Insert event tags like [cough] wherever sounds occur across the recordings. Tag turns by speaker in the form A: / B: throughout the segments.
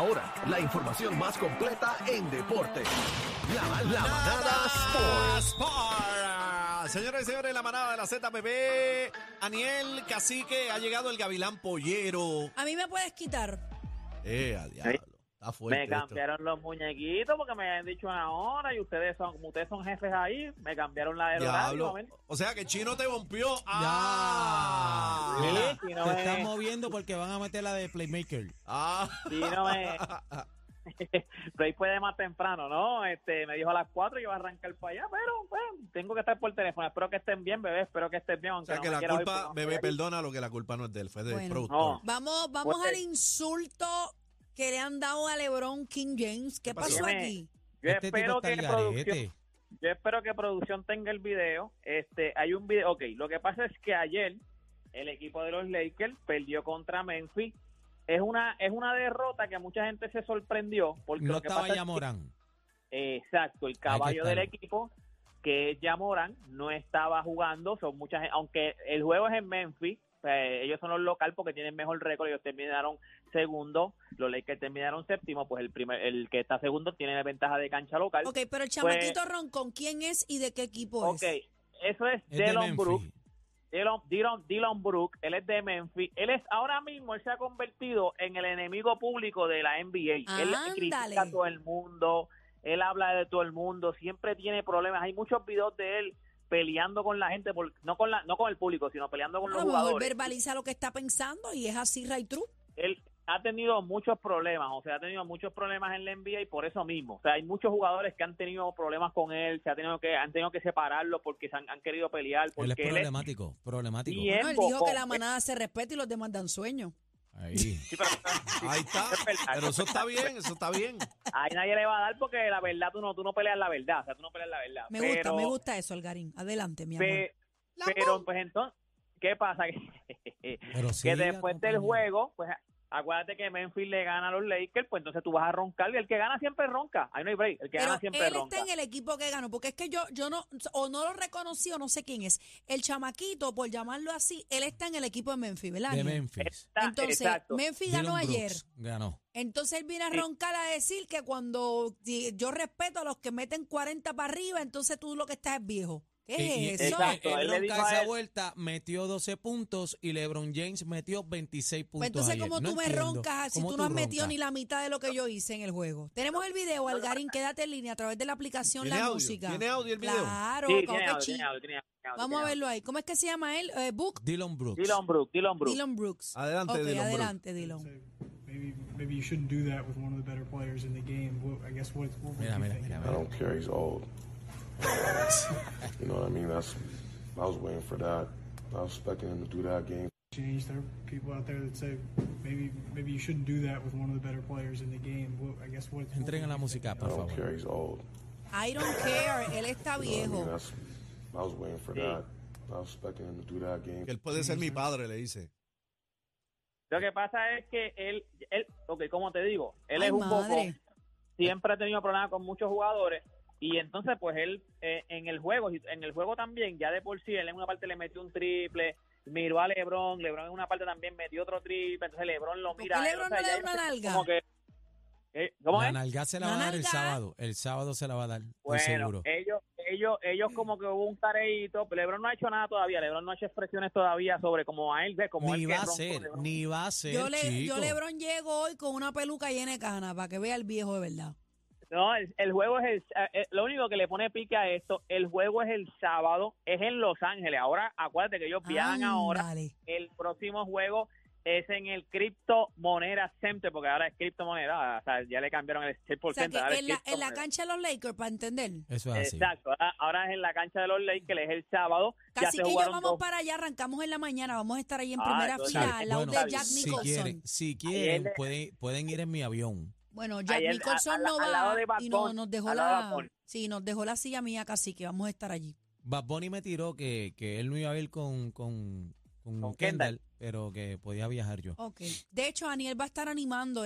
A: hora, la información más completa en deporte. La, la manada Sport.
B: Sport. Señoras y señores, la manada de la ZPP. Aniel Cacique, ha llegado el Gavilán Pollero.
C: A mí me puedes quitar.
B: Eh, a diablo. Está fuerte.
D: Me
B: esto.
D: cambiaron los muñequitos porque me habían dicho una hora y ustedes son, como ustedes son jefes ahí, me cambiaron la del horario.
B: Diablo.
D: ¿ven?
B: O sea que Chino te bompió. Ah.
E: Mira,
D: Sí, si no
E: te
D: me-
E: estás moviendo porque van a meter la de Playmaker.
B: Ah.
D: Sí, no me... [laughs] Play puede más temprano, ¿no? Este, me dijo a las 4 y yo voy a arrancar para allá, pero pues, tengo que estar por teléfono. Espero que estén bien, bebé, espero que estés bien.
B: O
D: Aunque
B: sea
D: no
B: que
D: me
B: la
D: quiera hoy,
B: culpa,
D: porque no
B: bebé,
D: estoy aquí.
B: perdona lo que la culpa no es de él, fue del
C: Bueno.
B: productor.
D: No.
C: Vamos, vamos
D: Fuerte.
C: al insulto que le han dado a LeBron King James. ¿Qué
B: pasó?
C: pasó
D: Dime.
C: aquí?
D: Yo
E: Este tipo
D: espero
E: está este,
D: que
E: al
D: producción,
E: garete.
D: Yo espero que producción tenga el video. Este, hay un video. Ok, lo que pasa es que ayer el equipo de los Lakers perdió contra Memphis. Es una, es una derrota que mucha gente se sorprendió. Porque
E: No
D: lo que
E: estaba
D: pasa es
E: ya Morán.
D: que- exacto, el caballo
E: está.
D: del equipo, que es Jamoran, no estaba jugando. Son muchas, aunque el juego es en Memphis, eh, ellos son los local porque tienen mejor récord. Ellos terminaron segundo, los Lakers terminaron séptimo. Pues el, primer, el que está segundo tiene la ventaja de cancha local.
C: Ok, pero el chamaquito Roncón, ¿quién es y de qué equipo
D: Pues- Ok,
C: es?
D: eso es,
E: Es de
D: Delon Brook.
E: Memphis.
D: Dylan, Dylan, Dylan Brook, él es de Memphis, él es ahora mismo él se ha convertido en el enemigo público de la NBA.
C: Ándale.
D: Él critica a todo el mundo, él habla de todo el mundo, siempre tiene problemas. Hay muchos videos de él peleando con la gente, por- no con la, no con el público, sino peleando con
C: A
D: los
C: lo mejor
D: jugadores.
C: verbaliza lo que está pensando y es así, Ray True.
D: Él ha tenido muchos problemas, o sea, ha tenido muchos problemas en la NBA y por eso mismo. O sea, hay muchos jugadores que han tenido problemas con él, se ha tenido que han tenido que separarlo porque se han, han querido pelear
E: Él
D: porque
E: es problemático, problemático.
D: Bien.
C: Bueno, él dijo que
D: bocón.
C: la manada se respeta y los demás dan sueño.
E: Ahí.
D: Sí, pero-
B: Ahí está.
D: [laughs] Es verdad,
B: Pero
D: es
B: eso está bien, eso está bien.
D: Ahí nadie le va a dar porque la verdad tú no, tú no peleas la verdad. O sea, tú no peleas la verdad.
C: Me
D: pero,
C: gusta, me gusta eso, Algarín. Adelante, mi amor.
D: pe- pero pues entonces, ¿qué pasa? [laughs] que
E: Pero sí,
D: después del
E: compañero.
D: juego, pues acuérdate que Memphis le gana a los Lakers, pues entonces tú vas a roncar. Y el que gana siempre ronca. Ahí no hay break. El que
C: Pero
D: gana
C: él
D: siempre ronca.
C: está en el equipo que ganó, porque es que yo, yo no, o no lo reconocí o no sé quién es. El chamaquito, por llamarlo así, él está en el equipo de Memphis, ¿verdad?
E: De
C: Aniel?
E: Memphis.
D: Está-
C: Entonces,
D: Ah, exacto.
C: Memphis
E: Dylan
C: ganó
E: Brooks
C: ayer.
E: Ganó.
C: Entonces él viene a
D: Sí.
C: roncar a decir que cuando di- yo respeto a los que meten 40 para arriba, entonces tú lo que estás es viejo. ¿Qué es
E: Eh, Y- y-
C: eso?
D: Exacto,
E: él- él
D: él le
E: ronca
D: dijo a
E: esa
D: él-
E: vuelta, metió 12 puntos y LeBron James metió 26 puntos.
C: Pues entonces,
E: ayer.
C: como
E: No
C: tú me
E: entiendo.
C: roncas, si
E: ¿Cómo
C: tú no has metido
E: roncas?
C: ni la mitad de lo que yo hice en el juego. Tenemos el video, Algarín, quédate en línea a través de la aplicación
B: ¿Tiene
C: La
B: audio?
C: Música.
B: ¿Tiene audio el video?
C: Claro,
D: Sí,
C: claro
D: tiene
C: que
D: audio,
C: sí.
D: tiene audio, tiene audio,
C: Vamos a verlo ahí. ¿Cómo es que se llama él? Eh, Book
E: Dylan Brooks.
D: Dylan Brook, Dylan Brook.
C: Dylan Brooks.
B: Adelante,
C: Ok,
B: Dylan Brooks.
C: Adelante, Dylan.
F: Maybe maybe you shouldn't do that with one of the better players in the game. What, I guess what, what would
E: Mira,
F: you
E: mira,
F: think?
E: mira.
G: I
E: mira.
G: don't care. He's old. [laughs] you know what I mean? That's. I was waiting for that. I was expecting him to do that game
F: Change. There are people out there that say maybe maybe you shouldn't do that with one of the better players in the game. What, I guess what. what would
E: Entreguen
F: you
E: la
F: think?
E: música,
G: I
E: por
G: don't
E: favor.
G: care. He's old.
C: I don't care, él está
G: You know what I
C: viejo.
G: mean? That's. I was waiting for that. I was expecting him to do that game.
B: Que él puede ser mi padre, le dice.
D: Lo que pasa es que él, él ok, como te digo, él
C: Ay,
D: es un poco
C: madre.
D: siempre ha tenido problemas con muchos jugadores y entonces pues él eh, en el juego en el juego también ya de por sí él en una parte le metió un triple miró a LeBron LeBron en una parte también metió otro triple entonces LeBron lo
C: ¿Por
D: mira
C: qué
D: a él,
C: LeBron
D: o sea,
C: no le
D: ya
C: da una
D: es
C: nalga?
D: como que eh, ¿Cómo
E: La
D: es?
E: nalga se la va a
C: La
E: dar el
C: nalga.
E: sábado. El sábado se la va a dar, de
D: Bueno,
E: seguro.
D: ellos, ellos, ellos como que hubo un tareito. LeBron no ha hecho nada todavía. LeBron no ha hecho expresiones todavía sobre cómo a él ve, como
E: ni
D: él que
E: va a
D: ronco,
E: ser,
D: LeBron.
E: ni va a ser,
C: Yo, le, yo
E: chico.
C: Lebron llego hoy con una peluca llena de canas para que vea el viejo de verdad.
D: No, el, el juego es el, eh, eh, lo único que le pone pique a esto, el juego es el sábado, es en Los Ángeles. Ahora, acuérdate que ellos viajan ahora.
C: Ándale.
D: El próximo juego es en el criptomoneda center, porque ahora es criptomoneda, o sea, ya le cambiaron el
C: O
D: 6%.
C: sea, que
D: ahora es
C: en la, en la
D: criptomoneda.
C: cancha de los Lakers, para entender.
E: Eso es así.
D: Exacto, ahora- ahora es en la cancha de los Lakers, es el sábado. ya
C: Casi
D: se
C: que yo
D: jugaron
C: vamos
D: dos-
C: para allá, arrancamos en la mañana, vamos a estar ahí en
D: Ah,
C: primera
D: entonces,
E: Sí,
C: fila al lado
D: bueno,
C: de Jack
E: si
C: Nicholson.
E: quieren, si quieren
D: Ayer-
E: pueden, pueden ir en mi avión.
C: Bueno, Jack
D: Ayer, a-
C: Nicholson
D: al-
C: no
D: al lado
C: va
D: de Bad
C: y no,
D: Bunny,
C: nos dejó
D: al lado de
C: la,
D: Bad Bunny.
C: sí, nos dejó la silla mía casi que vamos a estar allí.
E: Bad Bunny me tiró que, que él no iba a ir con, con, con
D: Con
E: Kendall, pero que podía viajar yo.
C: Ok. De hecho, Aniel va a estar animando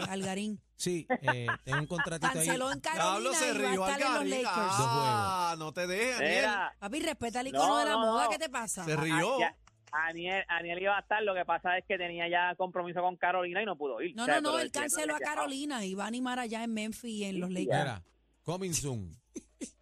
C: este Algarín.
E: Sí, eh, tengo un contratito ahí.
C: Canceló en
B: Pablo
C: Carolina
B: se
C: y va
B: rió
C: a
B: al
C: estar en los
B: Garín.
C: Lakers.
B: Ah, no te dejes, Aniel.
D: Mira,
C: Papi, respeta el
D: No,
C: icono de la
D: no,
C: moda,
D: no.
C: ¿qué te pasa?
B: Se rió.
D: Ah, ya. Aniel, Aniel iba a estar, lo que pasa es que tenía ya compromiso con Carolina y no pudo ir.
C: No,
D: O sea,
C: no, no,
D: pero
C: él canceló a
D: decía,
C: Carolina y va a animar allá en Memphis y en los Lakers.
E: Mira, coming soon.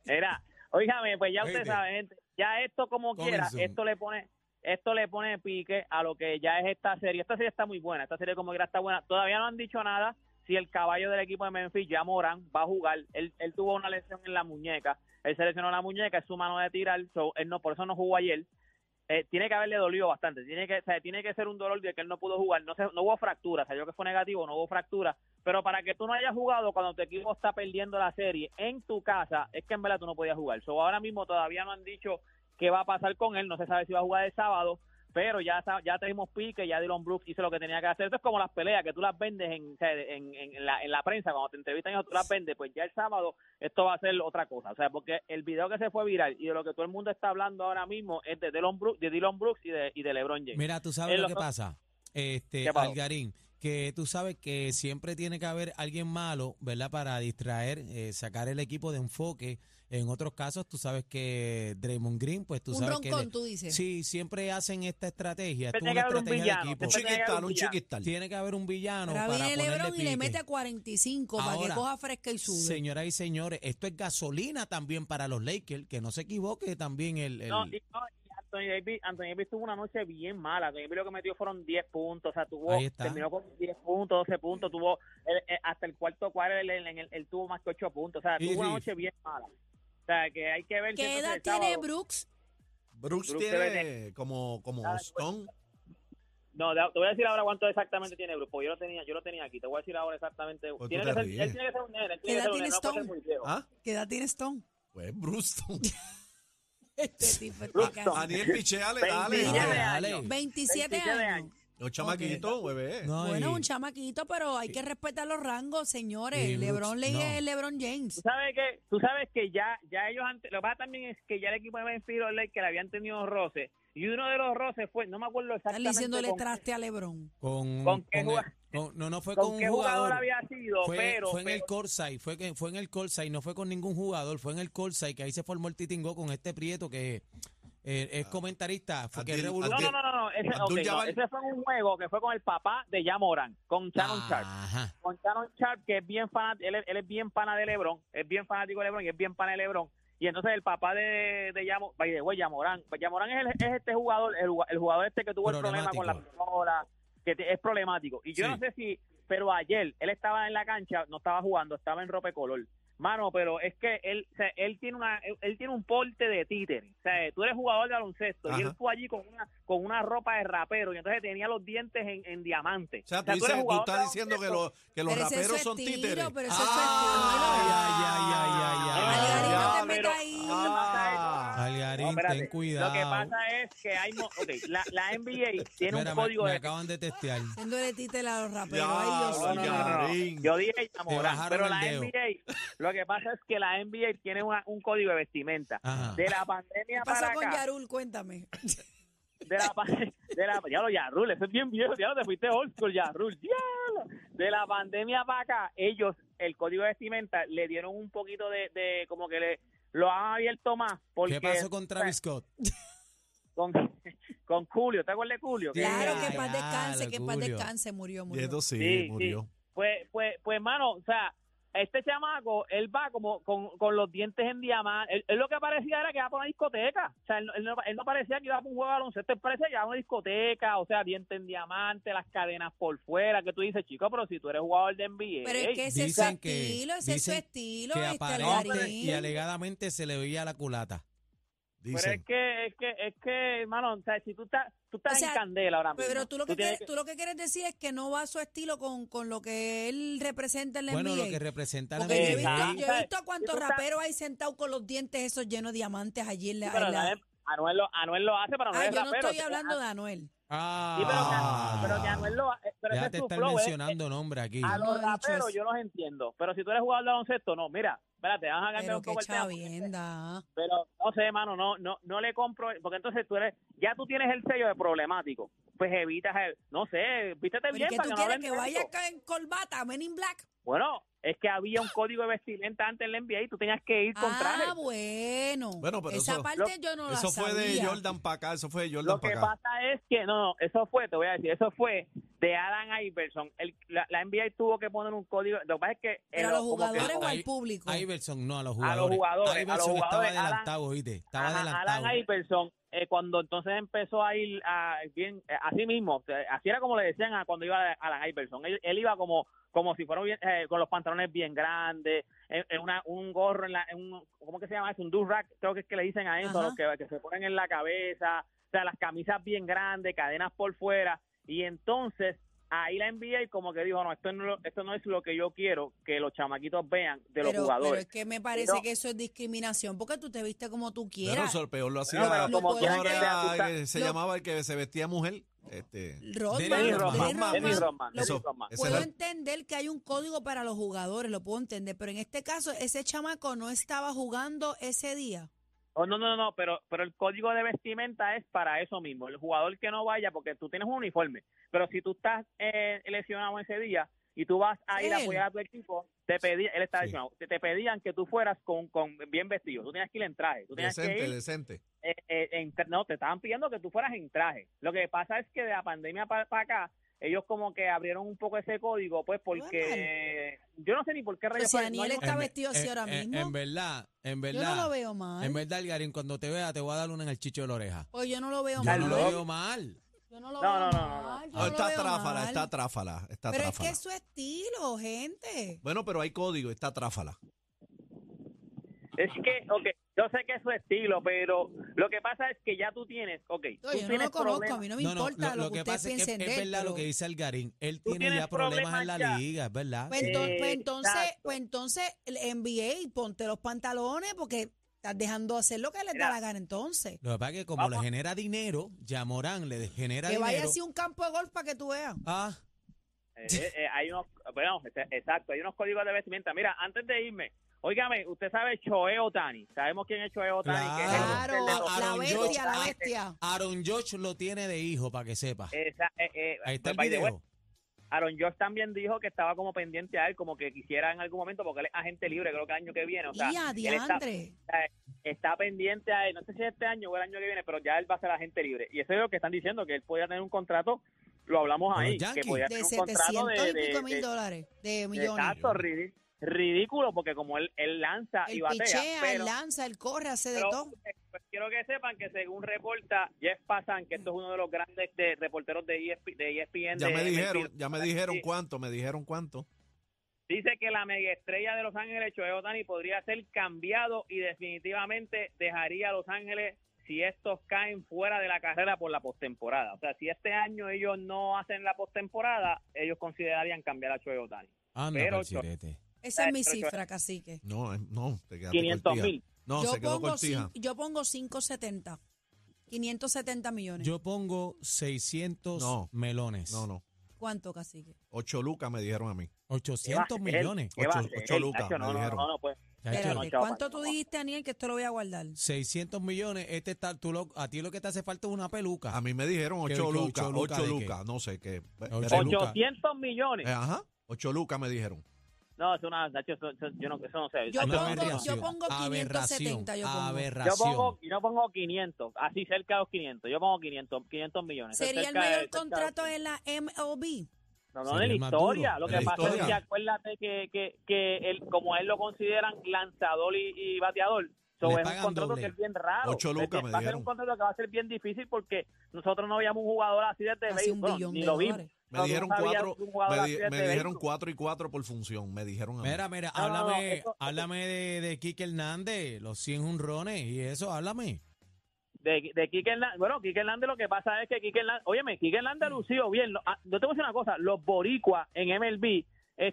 D: Era, óigame, pues ya usted
E: Oíste.
D: sabe, gente, ya esto como
E: Coming
D: quiera,
E: soon.
D: esto le pone esto le pone pique a lo que ya es esta serie. Esta serie está muy buena, esta serie como quiera está buena. Todavía no han dicho nada si el caballo del equipo de Memphis, ya Morán, va a jugar. Él, él tuvo una lesión en la muñeca, él se lesionó la muñeca, es su mano de tirar, so, él no, por eso no jugó ayer. Eh, tiene que haberle dolido bastante, tiene que, o sea, tiene que ser un dolor de que él no pudo jugar, no, se, no hubo fractura, salió que fue negativo, no hubo fractura, pero para que tú no hayas jugado cuando tu equipo está perdiendo la serie en tu casa, es que en verdad tú no podías jugar. So, ahora mismo todavía no han dicho qué va a pasar con él, no se sabe si va a jugar el sábado, pero ya sa- ya tenemos pique, ya Dylan Brooks hizo lo que tenía que hacer. Esto es como las peleas que tú las vendes en, o sea, en, en- en la, en la prensa, cuando te entrevistan y tú las vendes, pues ya el sábado esto va a ser otra cosa. O sea, porque el video que se fue viral y de lo que todo el mundo está hablando ahora mismo es de Dylan Brooks, de Dylan Brooks y de, y de LeBron James.
E: Mira, tú sabes
D: En
E: lo
D: los
E: que
D: dos-
E: pasa, este,
D: ¿Qué pasó?
E: Algarín, que tú sabes que siempre tiene que haber alguien malo, ¿verdad? Para distraer, eh, sacar el equipo de enfoque. En otros casos, tú sabes que Draymond Green, pues tú
C: Un
E: sabes que... le-
C: roncón, tú dices.
E: Sí, siempre hacen esta estrategia. Esto
D: Siempre
E: es una
D: tiene que haber un
E: estrategia
D: villano,
E: de equipo.
D: siempre tiene que
B: Chiquistal,
D: haber un
B: un
D: villano.
B: chiquistal.
E: Tiene que haber un villano
C: Ahora
E: para
C: viene
E: ponerle
C: LeBron y le
E: pique.
C: mete a 45 para que
E: Ahora,
C: coja fresca y sube.
E: Señoras y señores, esto es gasolina también para los Lakers, que no se equivoque también el... el-
D: No, y, no, y Anthony Davis, Anthony Davis tuvo una noche bien mala. Anthony Davis lo que metió fueron 10 puntos. O sea, tuvo,
E: Ahí está.
D: terminó con 10 puntos, 12 puntos. Tuvo el- el- hasta el cuarto cuadro, él, él- él- él tuvo más que 8 puntos. O sea,
E: Y
D: tuvo una
E: Reeves.
D: noche bien mala. O sea, que hay que ver si
C: ¿Qué
D: entonces
C: edad
D: el
C: tiene
D: sábado-
C: Brooks?
B: Brooks,
D: Brooks debe
B: tiene como, como
D: Ah,
B: Stone.
D: No, te te voy a decir ahora cuánto exactamente tiene Bruce, porque yo lo tenía, yo lo tenía aquí. Te voy a decir ahora exactamente.
B: Pues tú
D: Tiene
B: te
D: que ser,
B: ríes.
D: él tiene que ser un nene, él tiene
C: ¿Qué
D: que
C: edad
D: ser un
C: tiene
D: nene, no puede ser
C: Stone?
D: muy viejo.
B: ¿Ah?
C: ¿Qué edad tiene Stone?
B: Pues Bruce
D: [laughs]
B: Stone.
C: [laughs] Este tipo está
D: Brooks
C: cansado.
B: Aniel Picheale, dale.
E: Mira.
B: dale.
C: 27
D: 27
C: años.
D: años.
B: Los chamaquitos, bebé.
E: No,
C: Bueno,
E: y-
C: un chamaquito, pero hay que respetar los rangos, señores.
E: Y Brooks,
C: LeBron le
E: no.
C: es LeBron James.
D: Tú sabes que, tú sabes que ya, ya ellos antes, lo que pasa también es que ya el equipo de Memphis y los Lakers habían tenido roces y uno de los roces fue, no me acuerdo
C: Están
D: exactamente
C: diciéndole
D: con,
C: traste a LeBron.
E: Con,
D: ¿Con qué
E: con
D: jugad-
E: el- con- no, no fue
D: con
E: con, un
D: qué jugador,
E: jugador.
D: había sido,
E: Fue,
D: pero,
E: fue en el
D: pero-
E: Corsay, fue, que- fue en el Corsay, no fue con ningún jugador, fue en el Corsay que ahí se formó el titingo con este Prieto que eh, es comentarista. Fue que
B: Ah, Adil-
E: revolu-
D: no,
B: Abdul-
D: no, no, no, no, ese, ok,
B: Abdul
D: no,
B: Jabbar.
D: ese fue un juego que fue con el papá de Jamoran, con Shannon
E: Ah.
D: Sharp.
E: Ajá.
D: con Shannon Sharp, que es bien fan, él, es- él es bien pana de LeBron, es bien fanático de LeBron y es bien pana de LeBron. Y entonces el papá de, de Yamo, by the way, Yamorán, pues Yamorán es, el- es este jugador, el, ju- el jugador este que tuvo el problema con la
E: Problemático.
D: pistola, que te- es problemático. Y yo
B: Sí.
D: no sé si, pero ayer él estaba en la cancha, no estaba jugando, estaba en ropa color. Mano, pero es que él, o sea, él tiene una, él, él tiene un porte de títere. O sea, tú eres jugador de baloncesto y
B: Ajá.
D: él fue allí con una, con una ropa de rapero y entonces tenía los dientes en, en diamante.
B: O sea, tú,
D: eres
B: dices, tú
D: jugador de
B: estás diciendo que,
D: baloncesto.
B: los que los
C: Pero ese es
B: raperos
C: su
B: son
C: estilo,
B: títeres.
C: pero ese es su
B: ay, ay, ay, ay, ay, ay, ay,
C: Algarito,
B: ay,
C: te metas ahí.
B: Ah.
D: No,
E: Algarín,
D: espérate.
E: ten cuidado.
D: Lo que pasa es que hay. mo- ok, la, la
E: [laughs]
D: NBA tiene
E: Mira,
D: un
E: me-
D: código
E: me
D: de.
E: acaban de testear.
C: Dándole títela a los raperos.
B: Ya,
C: Ay, Dios
D: No, no,
C: mío.
D: no, no, no.
B: Yarín.
D: Yo dije Yamorán,
E: bajaron
D: pero
E: el
D: la
E: dedo.
D: NBA. Lo que pasa es que la NBA tiene una- un código de vestimenta.
E: Ajá.
D: De la pandemia
C: ¿Qué
D: para
C: pasó con
D: acá.
C: Yarul? Cuéntame.
D: De la, pa- de la, ya lo Yarul, eso es bien viejo, ya lo te fuiste old school, Yarul. diablo. De la pandemia para acá, ellos, el código de vestimenta, le dieron un poquito de, de como que le lo han abierto más. Porque,
E: ¿Qué pasó con Travis Scott?
D: con, [laughs] con Julio, ¿te acuerdas de Julio?
E: Sí,
C: Claro, que
E: ay,
C: paz
E: ay,
C: descanse, que paz
E: Julio.
C: descanse. Murió,
B: Y
C: murió.
B: esto sí,
D: Sí, sí.
B: murió.
D: Pues, pues, pues, mano, o sea, este chamaco, él va como con, con los dientes en diamante. Él, él lo que parecía era que iba para una discoteca. O sea, él, no- él no, él no parecía que iba para un juego de baloncesto, él parecía que iba a una discoteca, o sea, dientes en diamante, las cadenas por fuera, que tú dices, chico, pero si tú eres jugador de NBA.
C: Pero es que ese es su
E: Dicen que-
C: estilo, ese es su
E: dicen
C: estilo.
E: Que
C: este
E: aparente
C: Algarín.
E: y alegadamente se le veía la culata.
D: Pero es
B: Dicen.
D: que, es que, es que, hermano, o sea, si tú estás, tú estás
C: O sea,
D: en candela ahora mismo.
C: Pero tú lo, que
D: tienes
C: quieres, tú lo que quieres decir es que no va a su estilo con, con lo que él representa en la
E: Bueno,
C: NBA.
E: lo que representa la
C: Porque yo he visto,
E: NBA.
D: Exacto.
C: yo he visto a
D: Si
C: cuántos
D: tú estás-
C: raperos hay sentados con los dientes esos llenos de diamantes allí en la...
D: Sí, pero
C: en la-
D: Anuel, Anuel lo, Anuel lo hace, pero no
C: Ah,
D: es
C: yo no
D: rapero.
C: estoy hablando de Anuel.
E: Ah,
D: Sí, pero, que, Anuel- pero que Anuel lo hace. Pero ese
E: déjate
D: es su
E: estar
D: flow, ¿eh? Ah, es-
E: mencionando nombres aquí.
D: A
C: Yo no
D: los
C: he dicho
D: raperos
C: eso.
D: yo los entiendo, pero si tú eres jugador de baloncesto, no, mira, espérate, vamos a cambiar
C: Pero
D: un
C: qué
D: poco el tema.
C: chavienda.
D: Pero no sé, mano, no, no, no le compro, porque entonces tú eres, ya tú tienes el sello de problemático, pues evitas el, no sé, vístete
C: ¿Pero
D: bien
C: qué
D: para
C: tú
D: que no
C: quieres
D: hablen
C: que
D: de
C: vaya
D: eso.
C: acá en corbata, men in black?
D: Bueno, Es que había un código de vestimenta antes en la NBA y tú tenías que ir con traje.
C: Ah, bueno.
B: Bueno, pero
C: Esa
B: eso-
C: parte yo no la
B: Eso fue de
C: sabía.
B: Jordan para acá, eso fue de Jordan
D: Lo que
B: para acá.
D: pasa es que, no, no, eso fue, te voy a decir, eso fue de Adam Iverson. El- la, la NBA tuvo que poner un código. Lo que pasa es que.
C: ¿Pero a
D: eh,
C: los
D: como que-
C: jugadores o al
E: Ahí-
C: público?
E: A Iverson no, a los
D: A
E: jugadores.
D: los jugadores, a los
E: Iverson estaba
D: jugadores, Alan-
E: adelantado, ¿viste? Estaba
D: Ajá,
E: adelantado.
D: Alan Iverson, eh, cuando entonces empezó a ir a, bien, eh, así mismo, eh, así era como le decían a cuando iba Alan Iverson. Él, él iba como como si fuera bien, eh, con los pantalones bien grandes, en, en una- un gorro, en la, en un, ¿cómo que se llama eso? Un do-rag, creo que es que le dicen a eso,
C: Ajá.
D: los que, que se ponen en la cabeza, o sea, las camisas bien grandes, cadenas por fuera, y entonces ahí la NBA como que dijo, no, esto no, esto no es lo que yo quiero que los chamaquitos vean de
C: pero,
D: los
C: pero
D: jugadores.
C: es que me parece
D: No.
C: que eso es discriminación porque tú te viste como tú
B: Pero
C: quieras.
B: eso, el peor lo hacía.
D: No, pero
C: como
B: ¿cómo
C: quiera
B: era
D: que sea, tú
B: el que se
C: lo-
B: llamaba el que se vestía mujer. Este,
C: Rodman,
E: Dennis
C: Dennis
E: Rodman,
C: Rodman,
B: Dennis
D: Rodman,
C: lo-
D: Dennis
B: eso,
D: Rodman.
B: ese
C: Puedo
B: era-
C: entender que hay un código para los jugadores, lo puedo entender, pero en este caso ese chamaco no estaba jugando ese día.
D: Oh, no, no, no, pero, pero el código de vestimenta es para eso mismo. El jugador que no vaya, porque tú tienes un uniforme, pero si tú estás eh, lesionado ese día y tú vas a ir a
C: Él.
D: apoyar a tu equipo, te pedían, él está
B: Sí.
D: lesionado, te, te pedían que tú fueras con, con bien vestido. Tú tenías que ir en traje. Tú tenías que
B: decente,
D: ir,
B: decente.
D: eh, eh, en tra- no, te estaban pidiendo que tú fueras en traje. Lo que pasa es que de la pandemia para acá, ellos como que abrieron un poco ese código, pues porque yo no sé ni por qué
C: Pero
D: rayos
C: Pues si
D: fue- no
C: Daniel
D: hay un-
C: está
E: En-
C: vestido así
E: en-
C: ahora
E: en-
C: mismo.
E: En verdad, en
C: Yo
E: verdad. Em-
C: no lo veo ¿eh? mal.
E: En verdad, Algarín, cuando te vea, te voy a dar una en el chicho de la oreja.
C: Oye, yo no lo veo
E: Yo
C: mal.
E: no lo
D: loco.
E: veo mal.
C: Yo no lo
D: No,
C: veo
D: no, no, no, no.
C: mal. yo
B: No,
C: no lo
B: está
C: veo
B: tráfala,
C: mal.
B: está tráfala, está
C: Pero es que
B: tráfala.
C: es su estilo, gente.
B: Bueno, pero hay código, está tráfala.
D: Es que, ok, yo sé que es su estilo, pero lo que pasa es que ya tú tienes, ok, tú
C: Oye, yo no
D: tienes
C: lo conozco, a
D: problemas.
C: mí no me
E: No, no,
C: importa lo, que ustedes
E: pasa es que
C: piensen
E: es,
C: de él.
E: verdad lo
C: pero-
E: que dice Algarín. Él
D: Tú
E: tiene ya
D: tienes
E: problemas en la
D: problemas ya.
E: liga, es verdad. Eh,
C: Pues, enton- pues entonces,
D: Eh, Exacto.
C: pues entonces, el NBA, ponte los pantalones porque estás dejando hacer lo que les da
D: Mira.
C: la gana entonces.
E: Lo que pasa es que como
D: Vamos.
E: le genera dinero, ya Morán le genera
C: Que
E: dinero.
C: vaya así a un campo de golf para que tú veas.
E: Ah,
D: Eh, eh, hay unos, bueno, este- exacto, hay unos códigos de vestimenta. Mira, antes de irme, óigame, usted sabe Choe Otani, sabemos quién es Choe Otani. que es el-
C: Claro,
E: Claro.
D: el de los-
C: la
E: Aaron
C: bestia, la
E: George,
C: bestia.
E: Aaron George lo tiene de hijo, para que sepa.
D: Esa- eh, eh,
E: Ahí está el
D: by the way,
E: video.
D: Aaron George también dijo que estaba como pendiente a él, como que quisiera en algún momento, porque él es agente libre, creo que el año que viene. O sea,
C: y a
D: él está,
C: diantre.
D: está pendiente a él, no sé si este año o el año que viene, pero ya él va a ser agente libre. Y eso es lo que están diciendo, que él podía tener un contrato, lo hablamos
E: Con los
D: ahí, que
E: Yankees.
D: podía
C: De
D: tener un
C: 700
D: contrato de,
C: y pico
D: de-
C: mil
D: de-
C: dólares, de
D: de-
C: millones.
D: exacto, ridi- ridículo, porque como él, él lanza y
C: El
D: batea,
C: pichea,
D: pero,
C: el lanza, el corre, hace de
D: pero,
C: todo.
D: [laughs] eh, pues, quiero que sepan que según reporta Jeff Passan, que esto es uno de los grandes de- reporteros de, ESP, de E ESPN,
B: Ya
D: de
B: me
D: MLB,
B: dijeron, ya me dijeron
D: Sí.
B: cuánto, me dijeron cuánto.
D: Dice que la megaestrella de Los Ángeles, Choe Otani, podría ser cambiado y definitivamente dejaría a Los Ángeles si estos caen fuera de la carrera por la postemporada. O sea, si este año ellos no hacen la postemporada, ellos considerarían cambiar a Choe Otani.
E: Anda,
D: pero
E: pa'l
D: yo-
E: chirete.
C: Esa es mi
D: pero-
C: cifra, cacique.
B: No, eh, no, te quedaste
D: 500
B: cortija.
D: mil.
B: No,
C: yo,
B: se quedó
C: pongo
B: cortija.
C: cin- yo pongo 570. 570 millones.
E: Yo pongo 600
B: No.
E: melones.
B: No, no.
C: ¿Cuánto, cacique?
B: Ocho lucas me dijeron a mí.
E: 800 millones.
B: Ocho- ocho lucas, me
D: no, no,
B: dijeron.
D: no, no, pues.
E: Chacho,
C: Espérate,
D: no,
C: ¿cuánto
D: chapa,
C: tú
D: no.
C: dijiste, Daniel, que esto lo voy a guardar?
E: 600 millones. Este está, tú lo- a ti lo que te hace falta es una peluca.
B: A mí me dijeron
E: ¿Qué-
B: ocho
E: qué- ocho
B: lucas,
E: lucas
B: ocho
E: de qué?
B: lucas, no sé qué. pero-
E: Ocho
B: pero-
E: lucas.
D: 800 millones.
B: Eh, ajá, ocho lucas me dijeron.
D: No, eso, no, Nacho, eso- eso- yo no, eso no sé.
C: Yo
D: Eso-
E: Una
C: pongo-
E: aberración.
C: yo pongo 570, yo pongo.
D: yo
E: Aberración.
D: pongo, yo pongo 500, así cerca de los 500. Yo pongo 500, 500 millones.
C: Sería el
D: cerca de-
C: mayor
D: cerca de-
C: contrato en la MLB.
D: No, no,
E: Sería
D: de la
E: el más
D: historia.
E: duro.
D: Lo
B: De
D: que
B: la
D: pasa es que
B: historia.
D: acuérdate que, que, que él, como a él lo consideran lanzador y, y bateador, so,
E: Le
D: es un
E: pagan
D: contrato
E: doble.
D: que es bien raro.
B: Ocho
D: Es
B: lucas,
D: que
B: me
D: va a ser
B: dijeron.
D: un contrato que va a ser bien difícil porque nosotros no veíamos un jugador así desde
C: Casi un
D: béisbol. Bueno,
C: billón
D: ni
C: de
D: lo vimos.
C: dólares.
B: Me
D: No, tú
B: dijeron
D: no sabías
B: cuatro,
D: un jugador
B: me,
D: así
B: di-
D: desde
B: me dijeron
D: béisbol.
B: cuatro y cuatro por función, me dijeron a mí.
E: Mira, mira,
D: No, no, no,
E: háblame,
D: eso-
E: háblame de, de Quique Hernández, los 100 jonrones y eso, háblame.
D: de, de Quique Hernández. Bueno, Quique Hernández lo que pasa es que Quique Hernández, óyeme, Quique Hernández
C: Mm.
D: lució bien. Lo- ah, Yo te voy a decir una cosa, los boricuas en MLB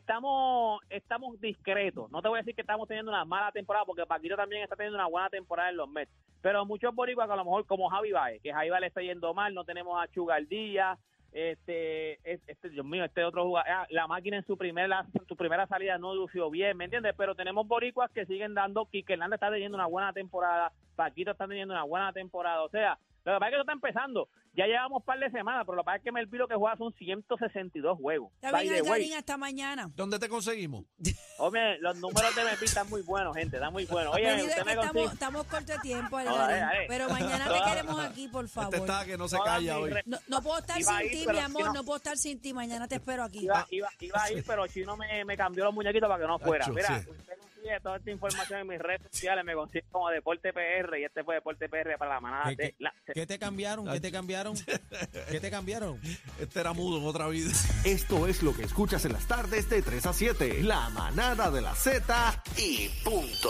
D: estamos estamos discretos. No te voy a decir que estamos teniendo una mala temporada porque Paquito también está teniendo una buena temporada en los Mets. Pero muchos boricuas que a lo mejor como Javi Baez, que Javi Baez le está yendo mal, no tenemos a Chugal Díaz, este, es- este, Dios mío, este otro jugador, ah, la máquina en su primera, su primera salida no lució bien, ¿me entiendes? Pero tenemos boricuas que siguen dando, Quique Hernández está teniendo una buena temporada, Paquito está teniendo una buena temporada, o sea, Lo que pasa es que eso está empezando. Ya llevamos un par de semanas, pero lo que pasa es que Melvin lo que juega son 162 juegos.
C: Está bien,
D: By the way,
C: Algarín, hasta mañana.
B: ¿Dónde te conseguimos?
D: Hombre, los números de Melvin están muy buenos, gente, están muy buenos. Oye,
C: Venido, Pues
D: usted
C: que
D: me
C: estamos,
D: consigue...
C: estamos corto de tiempo,
D: dale,
C: Algarín.
D: dale.
C: Pero mañana te
D: Toda-
C: queremos aquí, por favor.
B: Este está que no se
D: todas
B: calla
D: mis
B: hoy.
D: re-
C: No, no puedo estar
D: Iba a
C: sin
D: ir,
C: ti,
D: pero
C: mi
D: si
C: amor,
D: no-
C: no puedo estar sin ti. Mañana te espero aquí.
D: Iba, iba, iba a ir, pero Chino me, me cambió los muñequitos para que no fuera.
B: Acho,
D: Mira,
B: sí.
D: usted consigue toda esta información en mis redes sociales, me consigue como Deporte PR y este fue Deporte PR para la manada.
E: ¿Qué-
D: Ah, de
E: qué-
D: la-
E: ¿Qué te cambiaron? ¿Qué te cambiaron? ¿Qué te
B: [laughs]
E: cambiaron?
B: Este era mudo en otra vida.
A: Esto es lo que escuchas en las tardes de 3 a 7. La manada de la Z y punto.